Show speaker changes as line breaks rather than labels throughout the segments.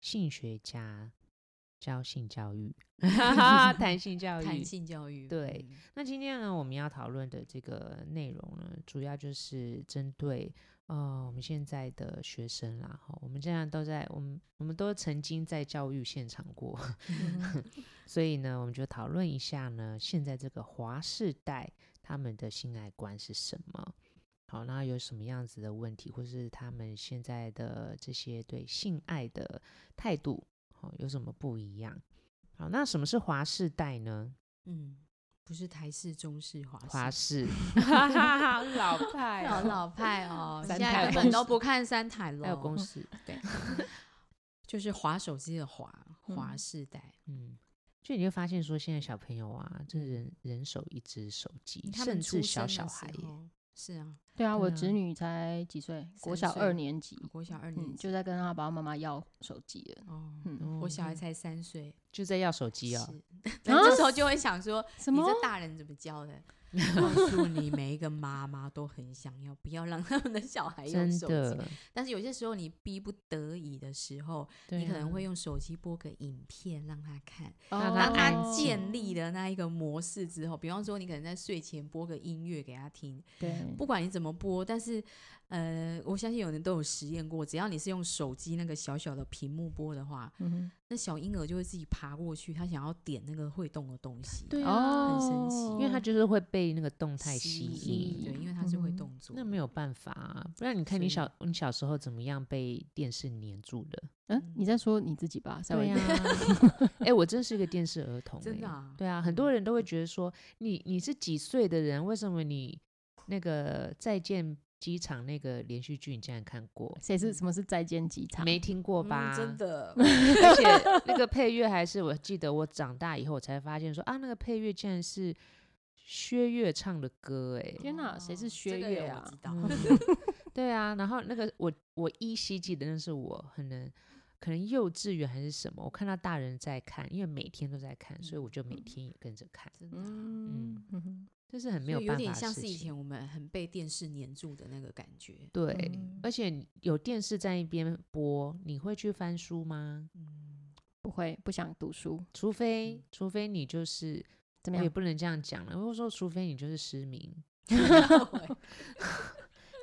性学家教性教育， 谈性教育
弹。性教育，
对那今天呢，我们要讨论的这个内容呢，主要就是针对呃我们现在的学生啦，哈，我们现在都在我们我们都曾经在教育现场过， 所以呢，我们就讨论一下呢，现在这个华世代他们的性爱观是什么？好，那有什么样子的问题，或是他们现在的这些对性爱的态度，好、有什么不一样？好，那什么是华世代呢？
嗯，不是台式、中式、华式，
华氏，
老派、好老派哦，
三
现在
台
根
公
本都
司
不看三台了，
还有公式，
就是滑手机的滑，滑
嗯
世代，
嗯，就你会发现说，现在小朋友啊，这人人手一只手机，
他
甚
们
至
出
小
生
小
的
孩
时
耶，
候是啊，
对啊，我
对啊
侄女才几岁，国
三
小
岁
二年级，
国小二年
嗯，
级
就在跟她爸爸妈妈要手机了。
哦，
嗯，
我小孩
哦
才三岁，
就在要手机哦，
是， 这时候就会想说，
什
你
么？
这大人怎么教的？ 告诉你，每一个妈妈都很想要，不要让他们的小孩用
真
手机。
的，
但是有些时候你逼不得已的时候，
对
你可能
啊
会用手机播个影片让他看。
哦
让
当
他
他
安静
建立了那一个模式之后，比方说你可能在睡前播个音乐给他听，
嗯
对，
不管你怎么播，但是呃，我相信有人都有实验过，只要你是用手机那个小小的屏幕播的话，
嗯
那小婴儿就会自己爬过去，他想要点那个会动的东西，
对
哼，
啊，
哦
很神奇
因为他就是会被那个动态吸
引，对，
引。
因为他是会
嗯
动作的，
那没有办法、啊，不然你看你
是
小你小时候怎么样被电视黏住的？
嗯，你在说你自己吧，稍微
啊
呀、 哎、我真是一个电视儿童、欸，
真的啊
对啊，很多人都会觉得说，你你是几岁的人，为什么你那个再见机场那个连续剧你竟然看过？
谁是什么是再见机场？
没听过吧？
嗯真，的
而且那个配乐还是我记得，我长大以后我才发现说啊，那个配乐竟然是薛岳唱的歌、欸，
天哪，谁是薛岳啊
哦 我知？道，
对啊，然后那个我我依稀记得那是我可能可能幼稚园还是什么，我看到大人在看，因为每天都在看，所以我就每天也跟着看，
嗯真的啊。
嗯嗯哼，
这是很没
所以有
办法
点
的
像
事
是以
情。
前我们很被电视黏住的那个感 觉，
对，
嗯
而且你有电视在一边播，你会去翻书吗？
嗯，
不会，不想读书，
除非除非你就是，
怎
我
么
也
样？
不能这样讲了，我说除非你就是失明，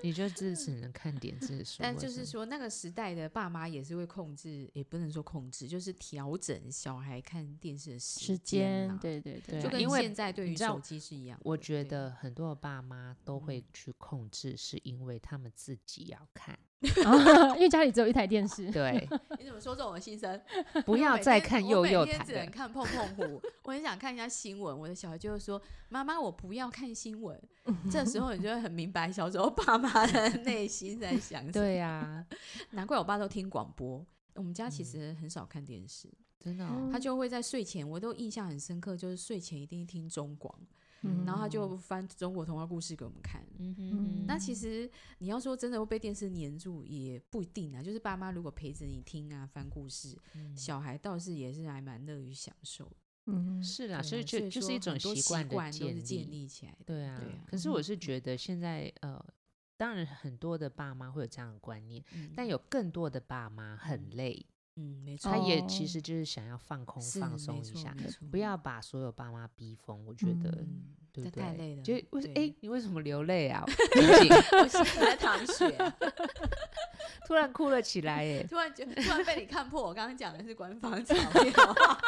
你就只只能看点字书。
但就是，说，那个时代的爸妈也是会控制，也不能说控制，就是调整小孩看电视的
时
间、
间，，对对对，
对啊
就跟
因为
现在对
你
于
知道
手机是一样的。
我觉
对嗯
得很多的爸妈都会去控制，是因为他们自己要 看。
啊因为家里只有一台电视，
对，
你怎么说这种的心声？
不要再看幼幼
我每天
台
只能
了。
看碰碰虎， 我很想看一下新闻。我的小孩就会说：“妈妈，我不要看新闻。”
嗯
这时候你就会很明白小时候爸妈 的内心在想什么。
对啊呀、
难怪我爸都听广播。我们家其
嗯
实很少看电视，
真的、哦。
他就会在睡前，我都印象很深刻，就是睡前一定听中广，
嗯
然后他就翻中国童话故事给我们看。
嗯哼哼
那其实你要说真的会被电视黏住，也不一定啊。就是爸妈如果陪着你听啊，翻故事，
嗯
小孩倒是也是还蛮乐于享受。
嗯哼，
是啦，所
对
以
啊
就就是
说
一种
很多
习
习惯都
的
是
建立。
建立起来的。
对啊，
对啊
可是我是
嗯
觉得现在呃，当然很多的爸妈会有这样的观念，
嗯
但有更多的爸妈很累，
嗯，没错，
他也其
哦
实就是想要放空、
是
放松
没
一
错
下，
没错
不要把所有爸妈逼疯。我觉得，
嗯，
对
这
不对？
太累了。
就为什哎
对，
你为什么流泪啊？ 对不起
我现在淌血啊。
突然哭了起来耶！
突然觉，突然被你看破，我刚刚讲的是官方场面话。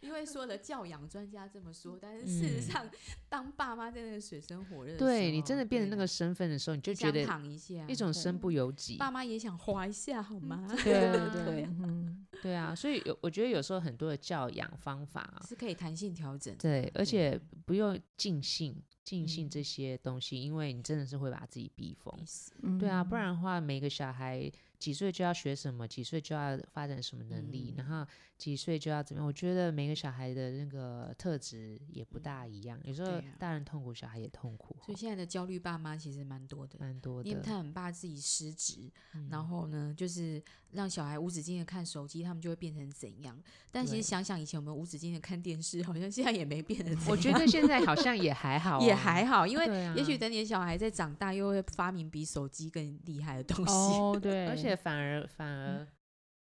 因为说了教养专家这么说，但是事实上，当爸妈在那个水深火热的时候，
嗯对你真的变成那个
对
身份的时候，你就
啦
觉
想
得
躺一下，
一种
对
身不由己。
爸妈也想滑一下，好吗？
对
啊
对对，嗯，
对啊，所以有我觉得有时候很多的教养方法啊，
是可以弹性调整的，
对，而
对
且不用尽兴尽兴
嗯
这啊些东西，因为你真的是会把自己逼疯。
意思
嗯
对啊，不然的话，每个小孩几岁就要学什么，几岁就要发展什么能力，
嗯
然后几岁就要怎么样。我觉得每个小孩的那个特质也不大一样，有时候
对啊
大人痛苦，小孩也痛苦
所以
哦，
现在的焦虑爸妈其实蛮多的，
蛮多
因为
的。
他很怕自己失职，
嗯
然后呢，就是让小孩无止境的看手机，他们就会变成怎样？但其实
对
想想以前我们无止境的看电视，好像现在也没变成怎样。，
我觉得现在好像也还好哦
也
好
还。好，因为
对啊
也许等你的小孩再长大，又会发明比手机更厉害的东西。
哦，对，
而且反而反
嗯
而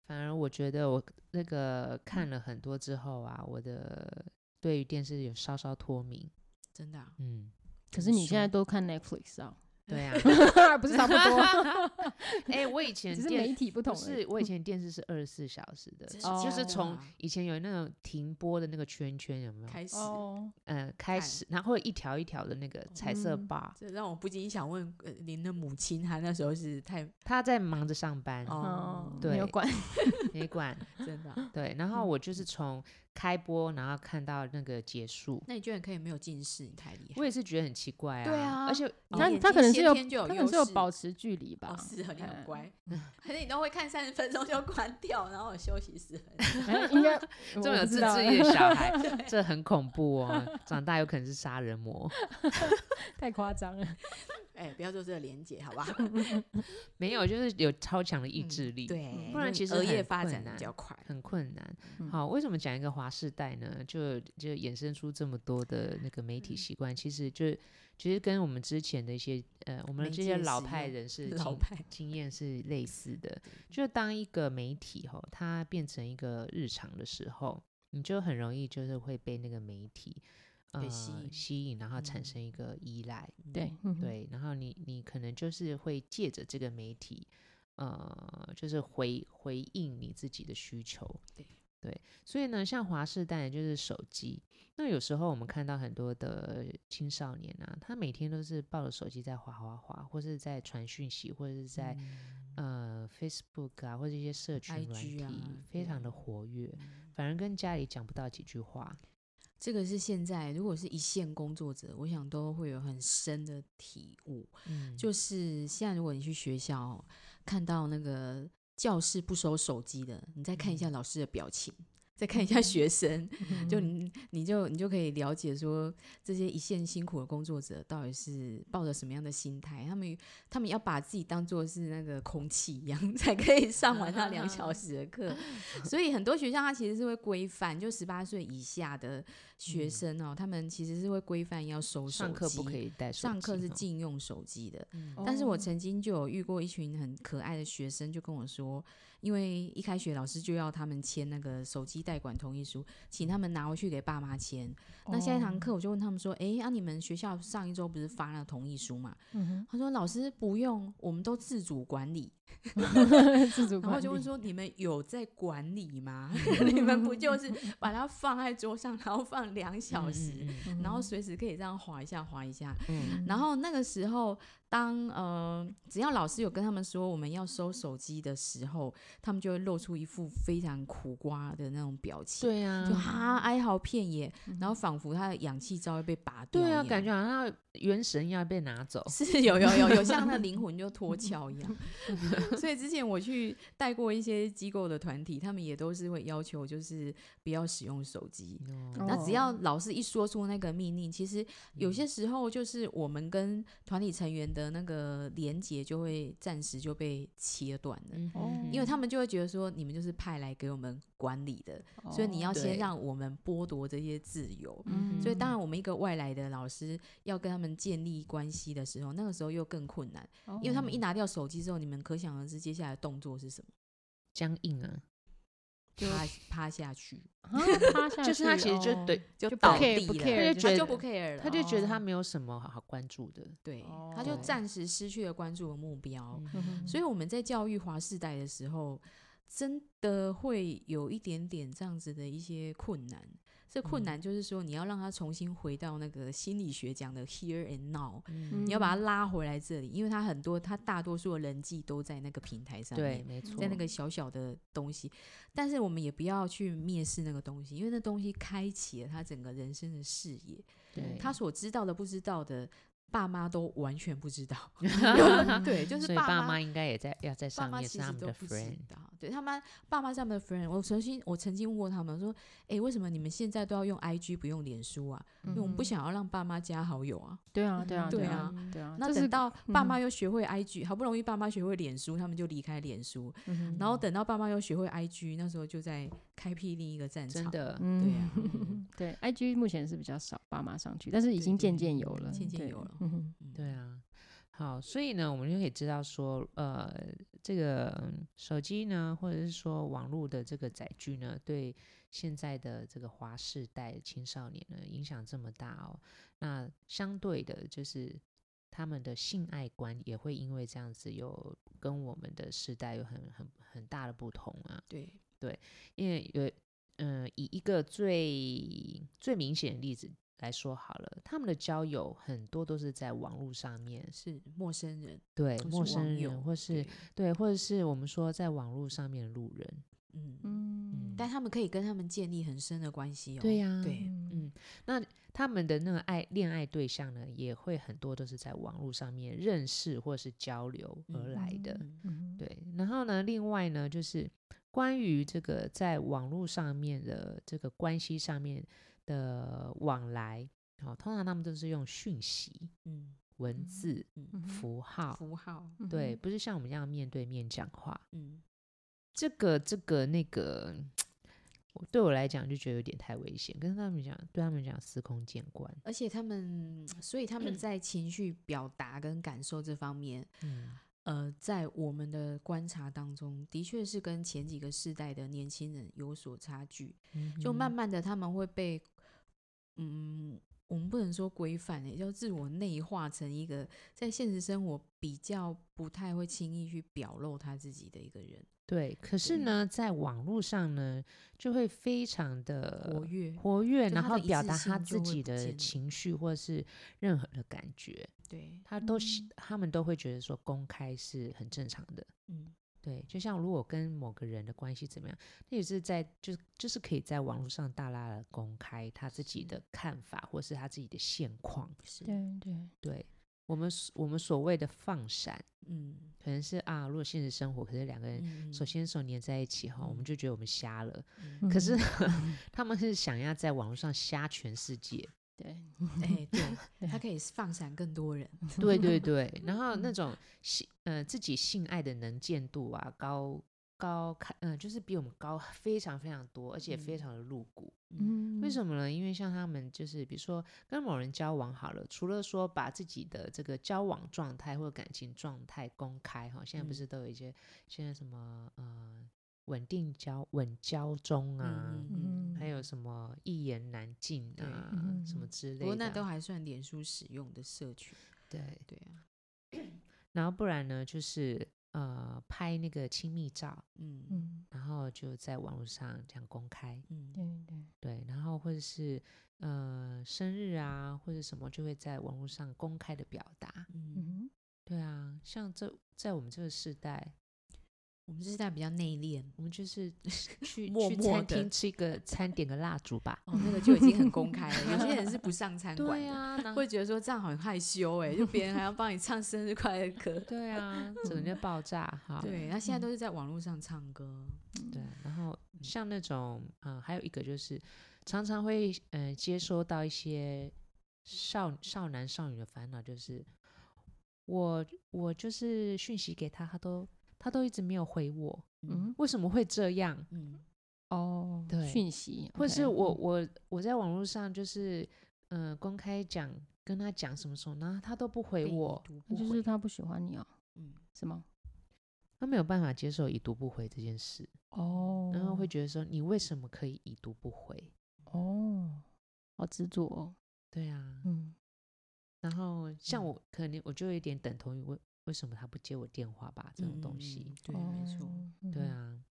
反而，我觉得我那个看了很多之后啊，我的对于电视有稍稍脱敏。
真的啊、
嗯，
可是你现在都看 Netflix 啊，
对 啊，
不是差不 多，
哎、我以前
只是媒
电
体不同
不
而
是
已。
我以前电视是二十四小时的，
真
哦
就是
假
从
的啊
以前有那种停播的那个圈圈有没有？
开始，
哦，
呃，开
看
始，然后一条一条的那个彩色
嗯
bar，、
这让我不禁想问，呃，您的母亲她那时候是太
他在忙着上班，
哦
哦，，
对
没有管，
没 管。
真的啊、
对，然后我就是从开播，然后看到那个结束，
那你居然可以没有近视，你太厉害。
我也是觉得很奇怪啊。
对啊
而且
你
他
眼
他
睛
可能
先
是有，
天就有
他可能是有
优势
保持距离吧
哦，。是哦，你很
嗯
乖， 可是你都会看三十分钟就关掉，然后我休息十分钟。
哎应该
这
我
么有
不知
自
道啊
制力的小孩， 这很恐怖哦。长大有可能是杀人 魔。
太夸张了。
哎、不要做这个连结，好吧？
没有，就是有超强的意
嗯
志力，，
对，
不然
因为
其实
额叶
很
发
困
展得
难
比较快。
很困难。
嗯
好，为什么讲一个华世代呢？就就衍生出这么多的那个
嗯
媒体习惯，其实就其实跟我们之前的一些呃，我们
媒
这
介
些老
使
派
用
人士
老
经
派
经验是类似的。就当一个媒体吼，它变成一个日常的时候，你就很容易就是会被那个媒体
被
呃
吸引
吸引，然后
嗯
产生一个依赖。
对，嗯，
对，然后你你可能就是会借着这个媒体，呃，就是回回应你自己的需求。
对
对，所以呢，像华氏当然就是手机。那有时候我们看到很多的青少年啊，他每天都是抱着手机在滑滑滑，或是在传讯息，或者是在、
嗯
呃 Facebook 啊，或者一些社群软
IG
体，
啊
非
对嗯
常的活跃，反而跟家里讲不到几句话。
这个是现在如果是一线工作者，我想都会有很深的体悟。
嗯，
就是现在，如果你去学校哦看到那个教室不收手机的，你再看一
嗯
下老师的表情，再看一下学生，就你你就你就可以了解说这些一线辛苦的工作者到底是抱着什么样的心态，他们他们要把自己当做是那个空气一样， 才可以上完那两小时的 课。所以很多学校它其实是会规范，就十八岁以下的学生哦，他们其实是会规范要收手机，
嗯上课不可以带手机哦，
上课是禁用手机的。
嗯，
哦
但是我曾经就有遇过一群很可爱的学生，就跟我说，因为一开学老师就要他们签那个手机代管同意书，请他们拿回去给爸妈签。那下一
哦
堂课我就问他们说，诶，啊你们学校上一周不是发了同意书嘛？
嗯
他说老师不用，我们都自主管理。
自主
然后
管
就问
理
说：“你们有在管理吗？ 你们不就是把它放在桌上，然后放两小时，
嗯嗯
然后随时可以这样划一下划一下？
嗯
然后那个时候，当呃，只要老师有跟他们说我们要收手机的时候，他们就会露出一副非常苦瓜的那种表情，
对 啊，
就哈哀嚎遍野，然后仿佛他的氧气罩要被拔掉一
对
样，
啊，感觉好像元神要被拿走。
是有有有有像那灵魂就 脱壳一样， 所以之前我去带过一些机构的团体，他们也都是会要求就是不要使用手机。那只要老师一说出那个命令，其实有些时候就是我们跟团体成员的那个连接就会暂时就被切断了，
嗯
哦
因为他们就会觉得说你们就是派来给我们管理的，所以你要
对
先让我们剥夺这些自由。
哦嗯
所以当然，我们一个外来的老师要跟他们建立关系的时候，那个时候又更困难，因为他们一拿掉手机之后，你们可想而知接下来的动作是什么，
僵硬啊，
就趴趴下去，
啊趴下去，
就是他其实就
哦
对，
就
不
倒
care，
地
不
了，
care，
他就觉
他就
得
不 care 了，
他就觉得他
哦
没有什么好好关注的。
对，
哦
他就
对
暂时失去了关注的目标。
嗯
嗯
哼
所以我们在教育华世代的时候，真的会有一点点这样子的一些困难。这困
嗯
难就是说，你要让他重新回到那个心理学讲的 here and now，
嗯
你要把它拉回来这里，因为它很多，它大多数的人际都在那个平台上
对，嗯
面，
没错，
在那个小小的东西。但是我们也不要去蔑视那个东西，因为那东西开启了他整个人生的视野，
对，
他所知道的、不知道的，爸妈都完全不 知道，有对，就是
所以爸
妈
妈应该也在要在
爸
上
妈
面
其
是
实
他们
都
的
不知
friend，
道，对他们爸妈是他们的 friend。我曾经我曾经问过他们说，哎、为什么你们现在都要用 IG 不用脸书啊？因为我们不
嗯
想要让爸妈加好友啊。
对啊，对啊，
对
啊
啊，
对
哦
啊。
那
这是
等到爸
嗯
妈又学会 IG，、好不容易爸妈学会脸书，他们就离开脸书。
嗯哼
然后等到爸妈又学会 IG，那时候就在开辟另一个战场。
真的。
对
嗯
啊，
嗯
对，IG 目前是比较少爸妈上去，但是已
对
经
对
渐渐有了，
渐渐
对
有了
嗯哼
嗯
对啊，好，所以呢，我们就可以知道说，呃，这个嗯手机呢，或者是说网络的这个载具呢，对现在的这个华世代青少年呢，影响这么大哦。那相对的，就是他们的性爱观也会因为这样子有跟我们的世代有很很很大的不同啊。
对，
因为有，嗯、以一个最最明显的例子来说好了，他们的交友很多都是在网络上面，
是陌生人，
对
或
陌
是网
生
友
人，或是
对
对，或者是我们说在网络上面的路人，
嗯，
嗯，
但他们可以跟他们建立很深的关系哦。
对呀、
对，
嗯他们的那个爱恋爱对象呢，也会很多都是在网络上面认识或是交流而
嗯
来的。
嗯
嗯哼，
对，然后呢，另外呢，就是关于这个在网络上面的这个关系上面的往来，好、通常他们都是用讯息、
嗯
文
嗯
字、
嗯，
嗯哼
符号，
符号，
嗯
对，
哼，
不是像我们这样面对面讲话。
嗯，
这个这个那个，我对我来讲就觉得有点太危险，跟他们讲，对他们讲司空见惯。
而且他们，所以他们在情绪表达跟感受这方面，
嗯，
呃，在我们的观察当中，的确是跟前几个世代的年轻人有所差距。就慢
慢
慢的，他们会被，嗯，我们不能说规范，也叫自我内化成一个在现实生活比较不太会轻易去表露他自己的一个人，
对，可是
对
呢，在网络上呢，就会非常的
活跃。
活跃，
就
然
他
后
的一
表
致
达他
性
自
就会
己
不
的
见
情绪或是任何的感觉，
对，
他都喜、他们都会觉得说公开是很正常的。
嗯，
对，就像如果跟某个人的关系怎么样，那也是在就是就是可以在网络上大大的公开他自己
是
的看法或是他自己的现况。
是，
对对，
对我们所我们所谓的放闪，
嗯，
可能是啊，如果现实生活可是两个人
嗯
手牵手粘在一起哈，我们就觉得我们瞎了。
嗯
可是他们是想要在网络上瞎全世界。
对，
哎，
对
对，他可以放闪更多人，
对对对，然后
嗯
那种性呃自己性爱的能见度啊，高高看嗯、就是比我们高非常非常多，而且
嗯
非常的露骨。
嗯，
为什么呢？因为像他们就是比如说跟某人交往好了，除了说把自己的这个交往状态或感情状态公开哈，现在
嗯
不是都有一些现在什么呃稳定交稳交中啊。
嗯
嗯
还有什么一言难尽
对
啊，什么
嗯
之类
不
的啊、
过那都还算脸书使用的社群，
对，
对啊，
然后不然呢，就是呃拍那个亲密照，
嗯
嗯，
然后就在网络上这样公开，
嗯，
对对，
对，然后或者是呃生日啊或者什么，就会在网络上公开的表达。
嗯
嗯，
哼，
对啊，像这在我们这个时代，
我们这代比较内敛，
我们就是 去
默
去
默
餐
地
厅吃一个餐，点个蜡烛吧。
哦，那个就已经很公开了。有 些人是不上餐馆
对
的，
啊，然后。
会觉得说这样很害羞 哎、就别人还要帮你唱生日快乐歌
对啊，整个就爆炸哈。
对，嗯那现在都是在网络上唱歌，
对，然后像那种，嗯、还有一个就是，常常会，嗯、接收到一些少少男少女的烦恼，就是我我就是讯息给他，他都他都一直没有回我，
嗯，
为什么会这样？
嗯，
哦，
对
讯息，
或
OK，
是我
嗯
我我在网络上就是，嗯、公开讲跟他讲什么什么，然后他都不回
被已
我，
读不
那
回
就是他不喜欢你哦，
嗯，
是吗？
他没有办法接受已读不回这件事，
嗯
哦，
然后会觉得说你为什么可以已读不回？
哦，好执着哦，
对啊，
嗯，
然后像
嗯
我，可能我就有一点等同于为为什么他不接我电话吧这种东西。
嗯，嗯嗯对，没错，
哦，
对
嗯哼，
啊，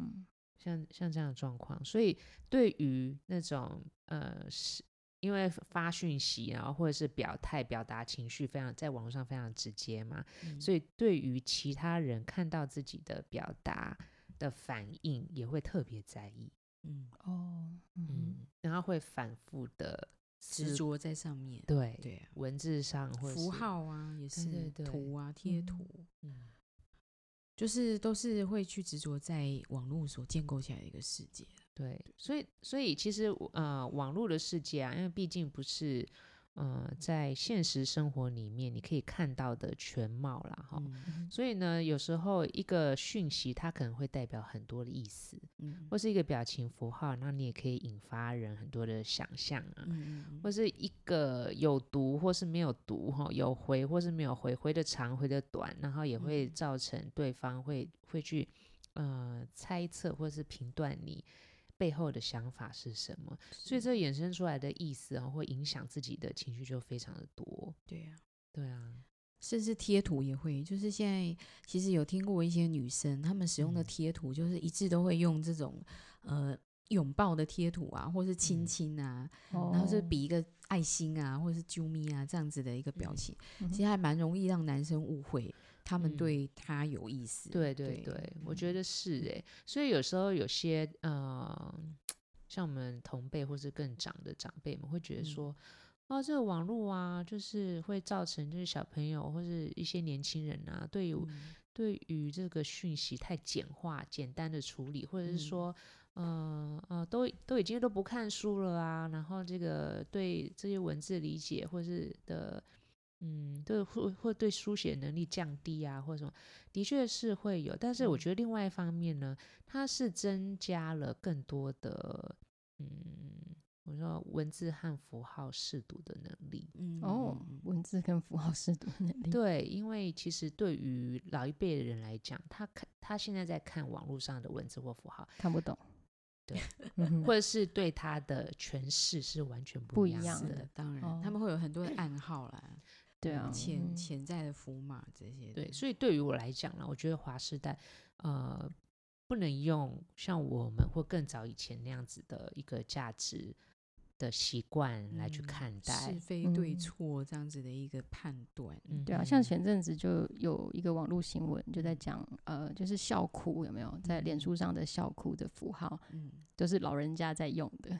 嗯
像像这样的状况，所以对于那种呃，是因为发讯息，然后或者是表态、表达情绪，非常在网络上非常直接嘛，
嗯
所以对于其他人看到自己的表达的反应，也会特别在意，
嗯，
哦，嗯
嗯，然后会反复的
执
是
着在上面。
对
对啊，
文字上或
符
是，
号啊，也
对
是
对对
图啊，贴
嗯
图，
嗯
就是都是会去执着在网络所建构起来的一个世界。
对，所以所以其实我呃，网络的世界啊，因为毕竟不是呃在现实生活里面你可以看到的全貌啦，哈、
嗯
所以呢，有时候一个讯息它可能会代表很多的意思，
嗯
或是一个表情符号，那你也可以引发人很多的想象啊，
嗯
或是一个有读或是没有读哈，有回或是没有回，回的长回的短，然后也会
嗯
造成对方会会去呃猜测或是评断你背后的想法是什么，所
嗯
以这衍生出来的意思啊，会影响自己的情绪就非常的多。
对啊，
对啊，
甚至贴图也会，就是现在其实有听过一些女生，她们使用的
嗯
贴图就是一致都会用这种呃拥抱的贴图啊，或是
嗯
亲亲啊，然后是
哦
比一个爱心啊，或者是啾咪啊这样子的一个表
嗯
情，
嗯
其实还蛮容易让男生误会他们
嗯
对他有意思。
对对对，
对嗯
我觉得是诶、所以有时候有些呃，像我们同辈或是更长的长辈们会觉得
嗯
说，哦，这个网络啊，就是会造成就是小朋友或是一些年轻人啊，对于、
嗯
对于这个讯息太简化、简单的处理，或者是
嗯
说，呃呃，都都已经都不看书了啊，然后这个对这些文字理解或是的，嗯，对或或对书写能力降低啊，或者什么，的确是会有。但是我
嗯
觉得另外一方面呢，它是增加了更多的，嗯，我说文字和符号适读的能力。
嗯
哦
嗯嗯，嗯
文字跟符号识读能力，
对，因为其实对于老一辈的人来讲，他看他现在在看网络上的文字或符号，
看不懂，
对
嗯哼，
或者是对他的诠释是完全
不
不
一样
样
是
的
的，当然、他
哦
们会有很多的暗号啦，
对啊，
潜
嗯
潜在的符码这些的。嗯
对，所以对于我来讲呢，我觉得华时代，呃，不能用像我们或更早以前那样子的一个价值的习惯来去
嗯
看待
是。非对
嗯
错这样子的一个判断。
嗯
对啊，像
哼
前阵子就有一个网络新闻，就在讲，呃，就是笑哭有没有在脸书上的笑哭的符号，
嗯，
都是老人家在用的，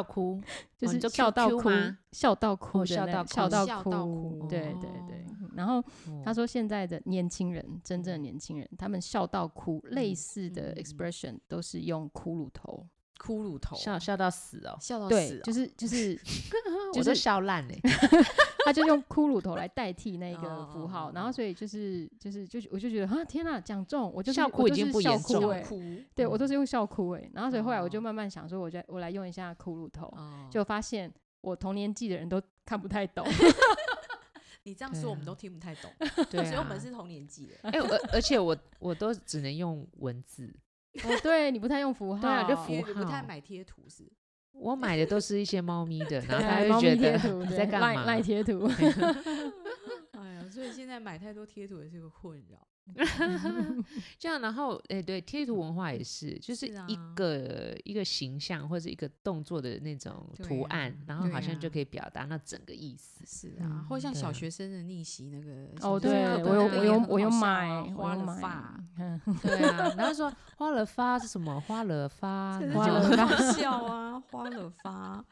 哭，
就
哦
是
你说
笑到
QQ
哭
吗，
笑到哭
哦
的
笑
那
到
笑
哭
到
笑到哭
对
哦
对对。嗯然后他
哦嗯
说，现在的年轻人，真正的年轻人，他们笑到哭，类
嗯
似的
嗯嗯
expression 都是用骷髅头，
骷髅头
笑笑到死哦，
笑到
对
死，啊
就是 就是，
我
就
都
是
笑烂 嘞。
他就用骷髅头来代替那个符
哦
号，然后所以就是就是就是，我就觉得啊，天呐，讲中，我就是
笑哭
我
已
就
经
是
不
笑
严
哭
重
欸
了嗯
哭啊嗯
对我都是用笑哭哎、然后所以后来我就
哦
慢慢想说，我就我来用一下骷髅头，
哦，
就发现我同年纪的人都看不太懂，
你这样
对
说，我们
啊
都听不太 懂，
对
所以我们
啊
是同年纪的。
哎，而而且我我都只能用文字，
哦，对你不太用符号，
对啊就符
因为不太
号
买贴图是，
我买的都是一些猫咪的，然后
对
大家
猫
就觉
咪贴
得
图
你
对
在干
赖
嘛？
赖贴图，
哎呀，所以现在买太多贴图也是个困扰。
这样，然后哎，对，贴图文化也是，就是
是啊
一个、一个形象或者一个动作的那种
对
图
啊
案，然后
对
好像就
啊
可以表达那整个 意思。
是啊，或
嗯
像
对
小
啊
学生的逆袭那个小
哦，
学生
对
课本
我有
那个也
我有
很
我有
好笑
买
啊，
我
花
有
了
买
发，，
嗯
对啊，然后说花了发是什么？花了发，
真
然
的就
花
后
了
很
发
好 笑啊，花了发。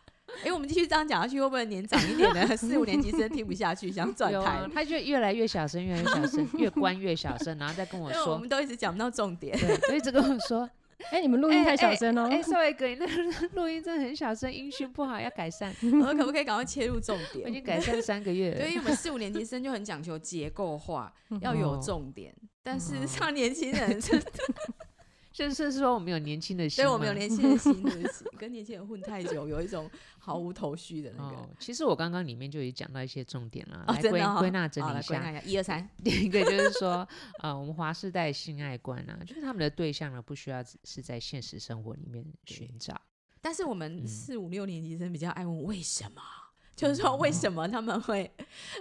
哎，我们继续这样讲下去，会不会年长一点的四五年级生听不下去，想转
有
台
啊
了？
他就越来越小声，越来越小声，越关越小声，然后再跟我
因为我
说
们，都一直讲不到重点。
对，就一直跟我说，
哎、你们录音
哎
太小
哎
声哦、
哎，少伟哥，你那个录音真的很小声，音讯不好，要改善。
我说可不可以赶快切入重
我已
点？
经改善三个月了
对，。因为我们四五年级生就很讲求结构化，要有
哦
重点。但
哦
是上年轻人是，
就是说我们有年轻的心
所
吗，
以我们有年轻人心， 对不起，跟年轻人混太久，有一种毫无头绪的那个
哦。，其实我刚刚里面就已经讲到一些重点了，
哦
来
真
归
的哦
归纳整
好，
理一
来归纳
下。
一下，一二三，
第一个就是说，呃，我们华世代性爱观啊，就是他们的对象呢，不需要只是在现实生活里面寻找。
但是我们
嗯
四五六年级生比较爱问为什么，就是说为什么他们会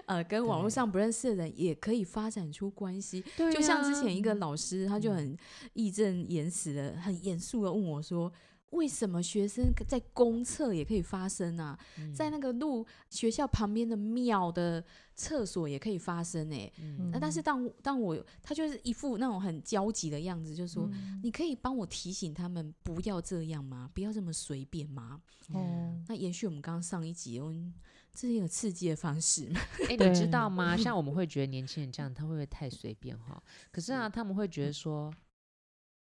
呃跟网络
对
上不认识的人也可以发展出关系？
对
就像之
啊
前一个老师，他就
嗯
很义正言辞的、很严肃的问我说。为什么学生在公厕也可以发生啊？在
嗯
那个路学校旁边的庙的厕所也可以发生哎、
嗯
那但是当我当我他就是一副那种很焦急的样子，就说、
嗯
你可以帮我提醒他们不要这样吗？不要这么随便吗？
哦，
那延续我们刚刚上一集，我们这是一个刺激的方式嘛？
哎、
对
你知道吗？像我们会觉得年轻人这样，他会不会太随便哈？ 可是
嗯
啊，他们会觉得说，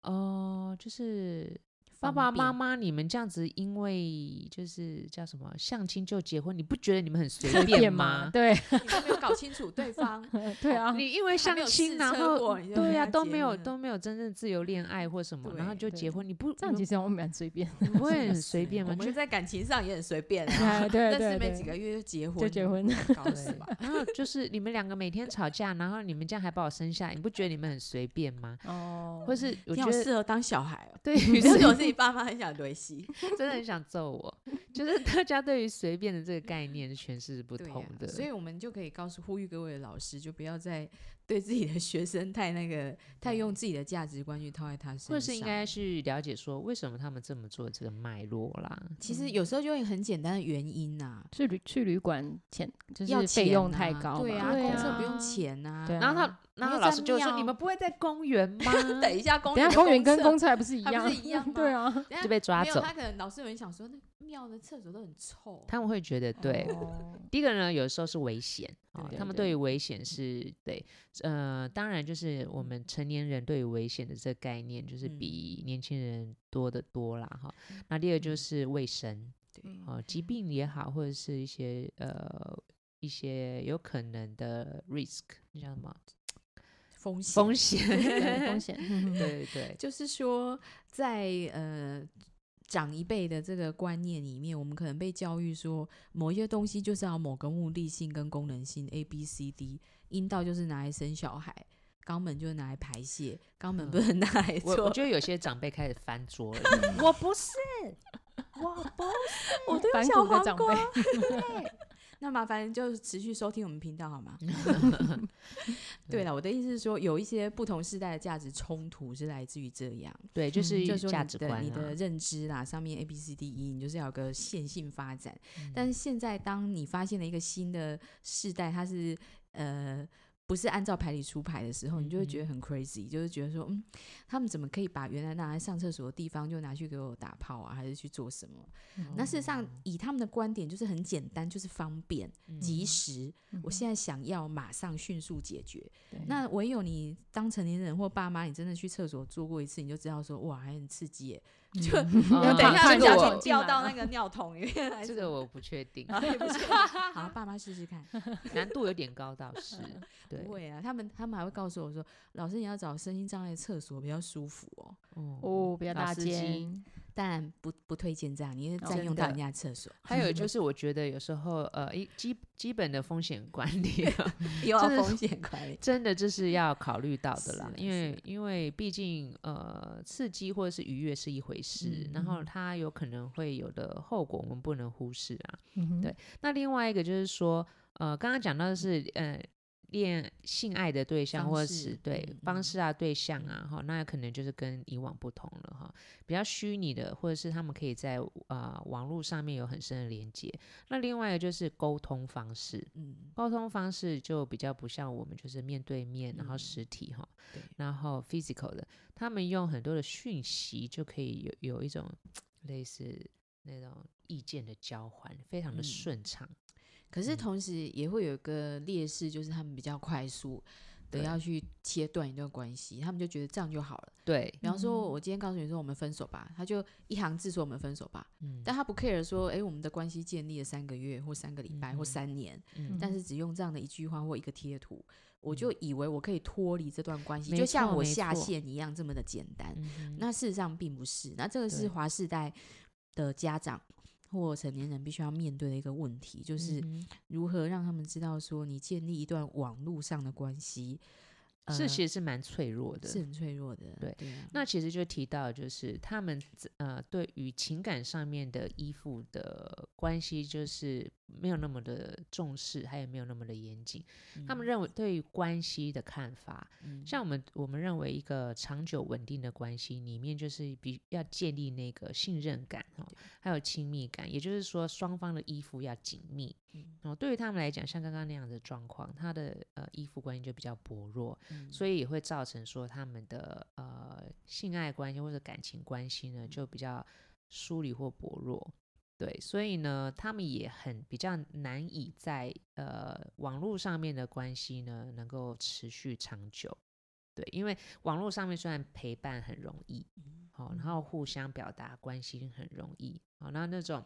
哦、就是爸
方
爸妈
便
妈你们这样子，因为就是叫什么相亲就结婚，你不觉得你们很随便
变
吗？
对
你都没有搞清楚对 方哎
对啊，
你因为
还
相
没有试
亲，然
车
后
过你就
对
跟
呀、
他
都
结
没有
婚了
都没有真正自由恋爱或什么，然后
对
就结
对
婚，你不
这样
你
其实我们蛮随便的，
你不会很随便
我
吗？
们
就
在感情上也很随便啊，
哎对
认识
对
没
对
几个月就结婚，
就结，婚了，
搞死
对
吧！，
然后就是你们两个每天吵架，然后你们这样还把我生下来，你不觉得你们很随便吗？
哦，
或是我
你
觉
好
得
适合当小孩哦。
对于
是
随
我自己爸妈很想对戏，
真的很想揍我。就是大家对于随便的这个概念诠释是不
对
同
呀、
的，
所以我们就可以告诉呼吁各位老师，就不要再 对自己的学生太那个，太用自己的价值观去套在他身上。
或是应该去了解说为什么他们这么做这个脉络啦。
其实有时候就会很简单的原因呐、
去旅去旅馆钱就
要
是
钱
费用
啊
太高嘛，
对啊，
对
公厕不
啊
用钱呐、
对啊
然后他，然
你
后
又
老
在
师就会说：“
庙
你们不会在公园 吗？”
等一下公
等
园
下
的
公园跟
厕
公厕还不是一
还不
样，
是一样
对啊，
等一
就
下
被抓
没有
走。
他可能老师们想说，那庙的厕所都很臭，
他们会觉得对。
哦
第一个呢，有时候是危险啊，
对
他们
对
对于危险是对，呃，当然就是我们成年人对于危险的这个概念，就是
嗯
比年轻人多得多啦哈。那第二个就是卫生，
对
哦，疾病也好，或者是一些呃一些有可能的 risk，你叫什么
风险
风险？
对风险，嗯
对对
就是说，在呃长一辈的这个观念里面，我们可能被教育说，某一些东西就是要某个目的性跟功能性 A、B、C、D，阴道就是拿来生小孩，肛门就是拿来排泄，肛门不能拿来
嗯我
做。
我觉得有些长辈开始翻桌了，
嗯
我不是，
我都有
反
小
骨的
黄
长
瓜
辈，
那麻烦就是持续收听我们频道好 吗？对了，我的意思是说，有一些不同世代的价值冲突是来自于这样。
对，就
嗯
是
就是说
价
你
值
的
观
你
啊
的，认知啦，上面 A B C D E，你就是要有个线性发展。但是
嗯
现在，当你发现了一个新的世代，它是呃。不是按照牌理出牌的时候，你就会
嗯
觉得很 crazy，、就是觉得说，嗯，他们怎么可以把原来拿来上厕所的地方就拿去给我打炮啊，还是去做什么？那事实上，
哦
以他们的观点，就是很简单，就是方便、
嗯
及时。
嗯
我现在想要马上迅速解决，
对
那唯有你当成年人或爸妈，你真的去厕所做过一次，你就知道说哇，还很刺激耶！就
嗯
就等一下
看
就
一下
掉
就进
掉
来
到
了
那个尿桶里面来
这个我不确定，
然后也不确定 好，爸妈试试看。
难度有点高倒 是，对
不，会啊，他们他们还会告诉我说，老师你要找身心障碍的厕所比较舒服哦。
哦，
哦，比较
老
大
司机
间，
当然不不推荐这样，你会占
哦真
用到
的
人家的厕所，
还有就是 我觉得有时候呃一基基本的风险管理啊
又要
真的
风险管理。
真的这是要考虑到的啦
是，的
因
是
为因为毕竟呃刺激或者是愉悦是一回事，
嗯
然后它有可能会有的后果我们不能忽视啊。
嗯
对那另外一个就是说，呃，刚刚讲到的是呃恋性爱的对
嗯
象
方
或者
式
是对
嗯
方
嗯
式啊对象啊，哈，那可能就是跟以往不同了哈，比较虚拟的，或者是他们可以在呃网络上面有很深的连接。那另外一个就是沟通方式，
嗯，
沟通方式就比较不像我们就是面对面，然后
嗯
实体哈，
对
然后 physical 的，他们用很多的讯息就可以有有一种类似那种意见的交换，非常的
嗯
顺畅。
可是
嗯
同时也会有一个劣势，就是他们比较快速的
对
要去切断一段关系，他们就觉得这样就好了。
对，
比方说，我今天告诉你说我们分手吧，他就一行字说我们分手吧，
嗯，
但他不 care 说，哎，我们的关系建立了三个月或三个礼拜
嗯
或
嗯
三年，
嗯
但是只用这样的一句话或一个贴图，我就以为我可以脱离这段关系，
没
就像
错
我
没
下
错
线一样这么的简单。
嗯哼
那事实上并不是，那这个是
对
华世代的家长或成年人必须要面对的一个问题，就是
嗯
如何让他们知道说，你建立一段网络上的关系，
哼
呃
是其实是蛮脆弱的，
是很脆弱的，
对
对啊。
那其实就提到，就是他们自呃对于情感上面的依附的关系，就是没有那么的重视，还有没有那么的严谨。他们
认
认为对于关系的看法，
嗯
像我们我们认为一个长久稳定的关系里面，就是比要建立那个信任感哦，还有亲密感，也就是说双方的衣服要紧密。哦，对于他们来讲，像刚刚那样的状况，他的呃依附关系就比较薄弱，
嗯
所以也会造成说他们的呃性爱关系或者感情关系呢就比较疏离或薄弱。对，所以呢，他们也很比较难以在呃网络上面的关系呢能够持续长久。对，因为网络上面虽然陪伴很容易，好、然后互相表达关心很容易，好、那那种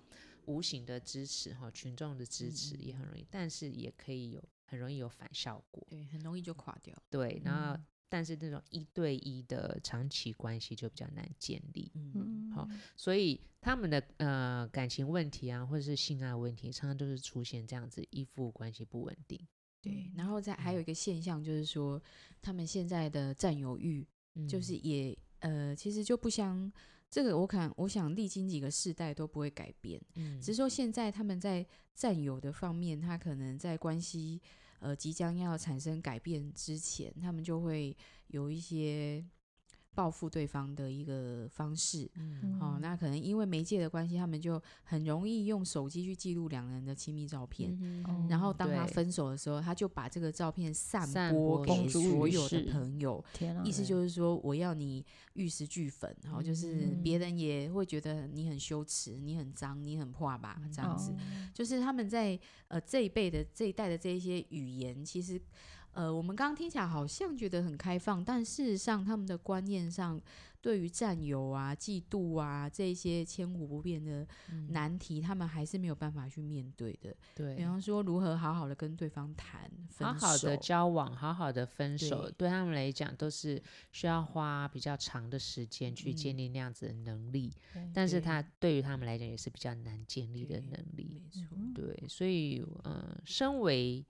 无形的支持哈、群众的支持也很容易，但是也可以有很容易有反效果。
对，很容易就垮掉。
对，然
嗯
后、但是那种一对一的长期关系就比较难建立。
嗯，
嗯，
好所以他们的呃感情问题啊，或者是性爱问题，常常都是出现这样子依附关系不稳定。嗯
对。然后再还有一个现象就是说，他们现在的占有欲
嗯
就是也呃，其实就不相这个，我看我想历经几个世代都不会改变。
嗯
只是说现在他们在占有的方面，他可能在关系呃即将要产生改变之前，他们就会有一些报复对方的一个方式。
嗯
哦，那可能因为媒介的关系，他们就很容易用手机去记录两人的亲密照片。
嗯
哦
然后当他
对
分手的时候，他就把这个照片散
散
播
播
给
公诸
所
于
有的
世
朋友，
天啊，
意思就是说，我要你玉石俱焚，然后就是
嗯
别人也会觉得你很羞耻，你很脏，你很破吧，这样子
哦。
就是他们在呃这一辈的这一代的这一些语言，其实呃我们刚刚听起来好像觉得很开放，但事实上他们的观念上对于占有啊、嫉妒啊这一些千古不变的难题，他们还是没有办法去面嗯对的。比
对，
方说，如何好好的跟对方谈分
好
手，
好的交往，好好的分手，
对
对他们来讲都是需要花比较长的时间去建
嗯
立那样子的能力，但是
对
他对于他们来讲也是比较难建立的
对
能力。
没错，嗯
对，所以呃，身为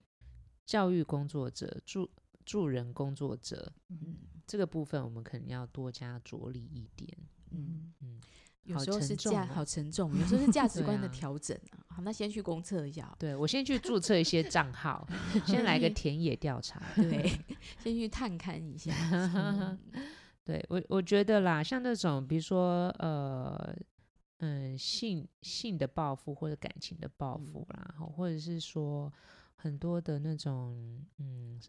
教育工作者、助助人工作者，
嗯
这个部分我们可能要多加着力一点。
嗯
嗯
有
好
时候
沉
是
重
价
哦
好沉重，有时候是价值
对
观的
啊
调整啊。好，那先去公测一下 哦，
对我先去注册一些账 号，先来个
嗯
田野调查。
对， 先去探勘一 下。嗯
对我，我觉得啦，像那种比如说呃。嗯，性性的报复或者感情的报
嗯
复啦，吼或者是说很多的那种嗯，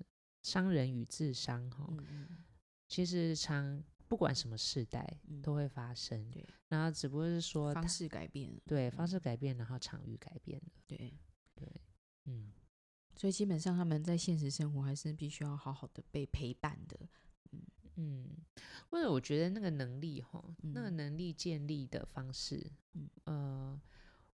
伤人与自伤哈，
嗯嗯
其实常不管什么世代
嗯
都会发生，
对
然后只不过是说
方
它
式嗯改变了，
对方式改变，然后场域改变了，
对，
嗯，
所以基本上他们在现实生活还是必须要好好的被陪伴的。
嗯，或者我觉得那个能力哈，那个
嗯
能力建立的方式，
嗯
呃，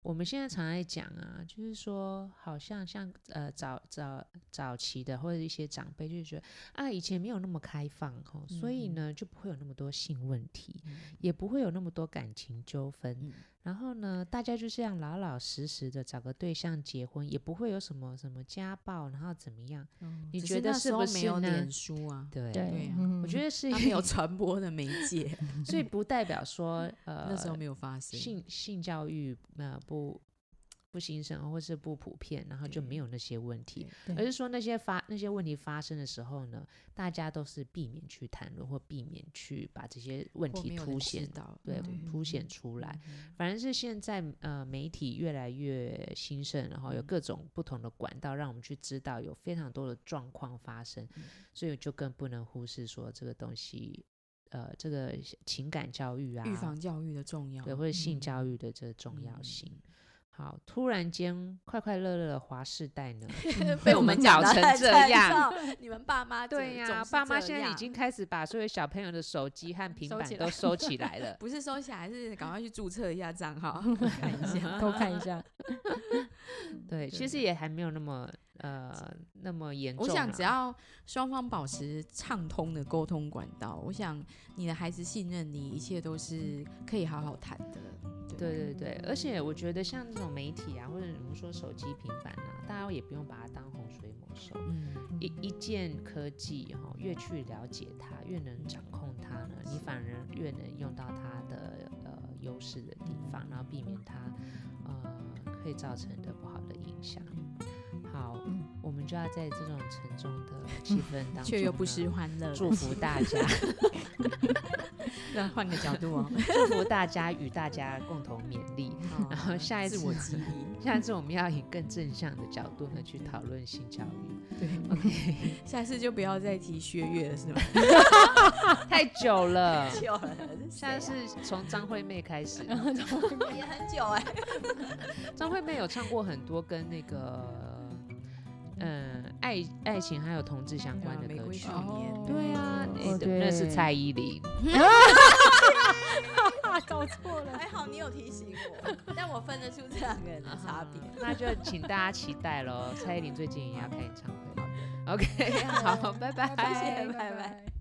我们现在常在讲啊，就是说，好像像呃早早早期的或者一些长辈就觉得啊，以前没有那么开放哈，所以
嗯
呢就不会有那么多性问题，也不会有那么多感情纠纷，
嗯
然后呢，大家就这样老老实实的找个对象结婚，也不会有什么什么家暴，然后怎么样？
嗯
你
只
觉得
那
是
时候
不
没
是
有
呢
脸书 啊？
对
对
啊，
嗯
我觉得是
它没 有传播的媒 介，
所以不代表说呃，
嗯那时候没有发生。
性性教育呃不不兴盛或是不普遍，然后就没
对
有那些问题，
对
而是说那些发那些问题发生的时候呢，大家都是避免去谈论或避免去把这些问
或
题
没有
凸
人知
显。
道，嗯
对，凸显出来，反正是现在呃媒体越来越兴盛，然后有各种不同的管道让我们去知道有非常多的状况发生，所以就更不能忽视说这个东西，呃，这个情感教育啊，
预防教育的重要。
对，或者性
嗯
教育的这个重要性。 好，突然间快快乐乐的华世代呢，
被我们 讲
搞
得
成
太
这
惨
样。
了，你们爸妈
对
总
呀、
是
爸妈
这
现在已
样。
经开始把所有小朋友的手机和平
收
板
起
都
来
收起来了
不是收起来，是赶快去注册一下账号看一 下。
偷看一下，
对，其
对
实也还没有那么呃那么严重啊
我
啦。
想，只要双方保持畅通的沟通管道，我想你的孩子信任你，一切都是可以好好谈的。
对对对，而且我觉得像这种媒体啊，或者我们说手机、平板啊，大家也不用把它当洪水猛兽。
嗯，
一一件科技哈、越去了解它，越能掌控它呢，你反而越能用到它的呃优势的地方，然后避免它呃会造成的不好的影响。好，我们就要在这种沉重的气氛当中，
嗯 却又不失欢乐。
祝福大家，
那换个角度 哦，
祝福大家与大家共同勉励。然后下一次
自我激 励，
下次我们要以更正向的角度呢去讨论性教育，
对， 下次就不要再提薛岳了，是吗？
太久了。
笑了，
下次从张惠妹开始，
也很久哎，
张惠妹有唱过很多跟那个嗯、呃爱爱情还有同志相关的
玫
歌
瑰
曲。
少年，
对啊，
哦
哎
对
那是蔡依林。
啊搞错了，还好你有提醒我， 啊但我分得出这两个人的差别。
那就请大家期待喽，蔡依林最近也要开演唱会了。OK，好，拜拜
拜谢谢拜拜。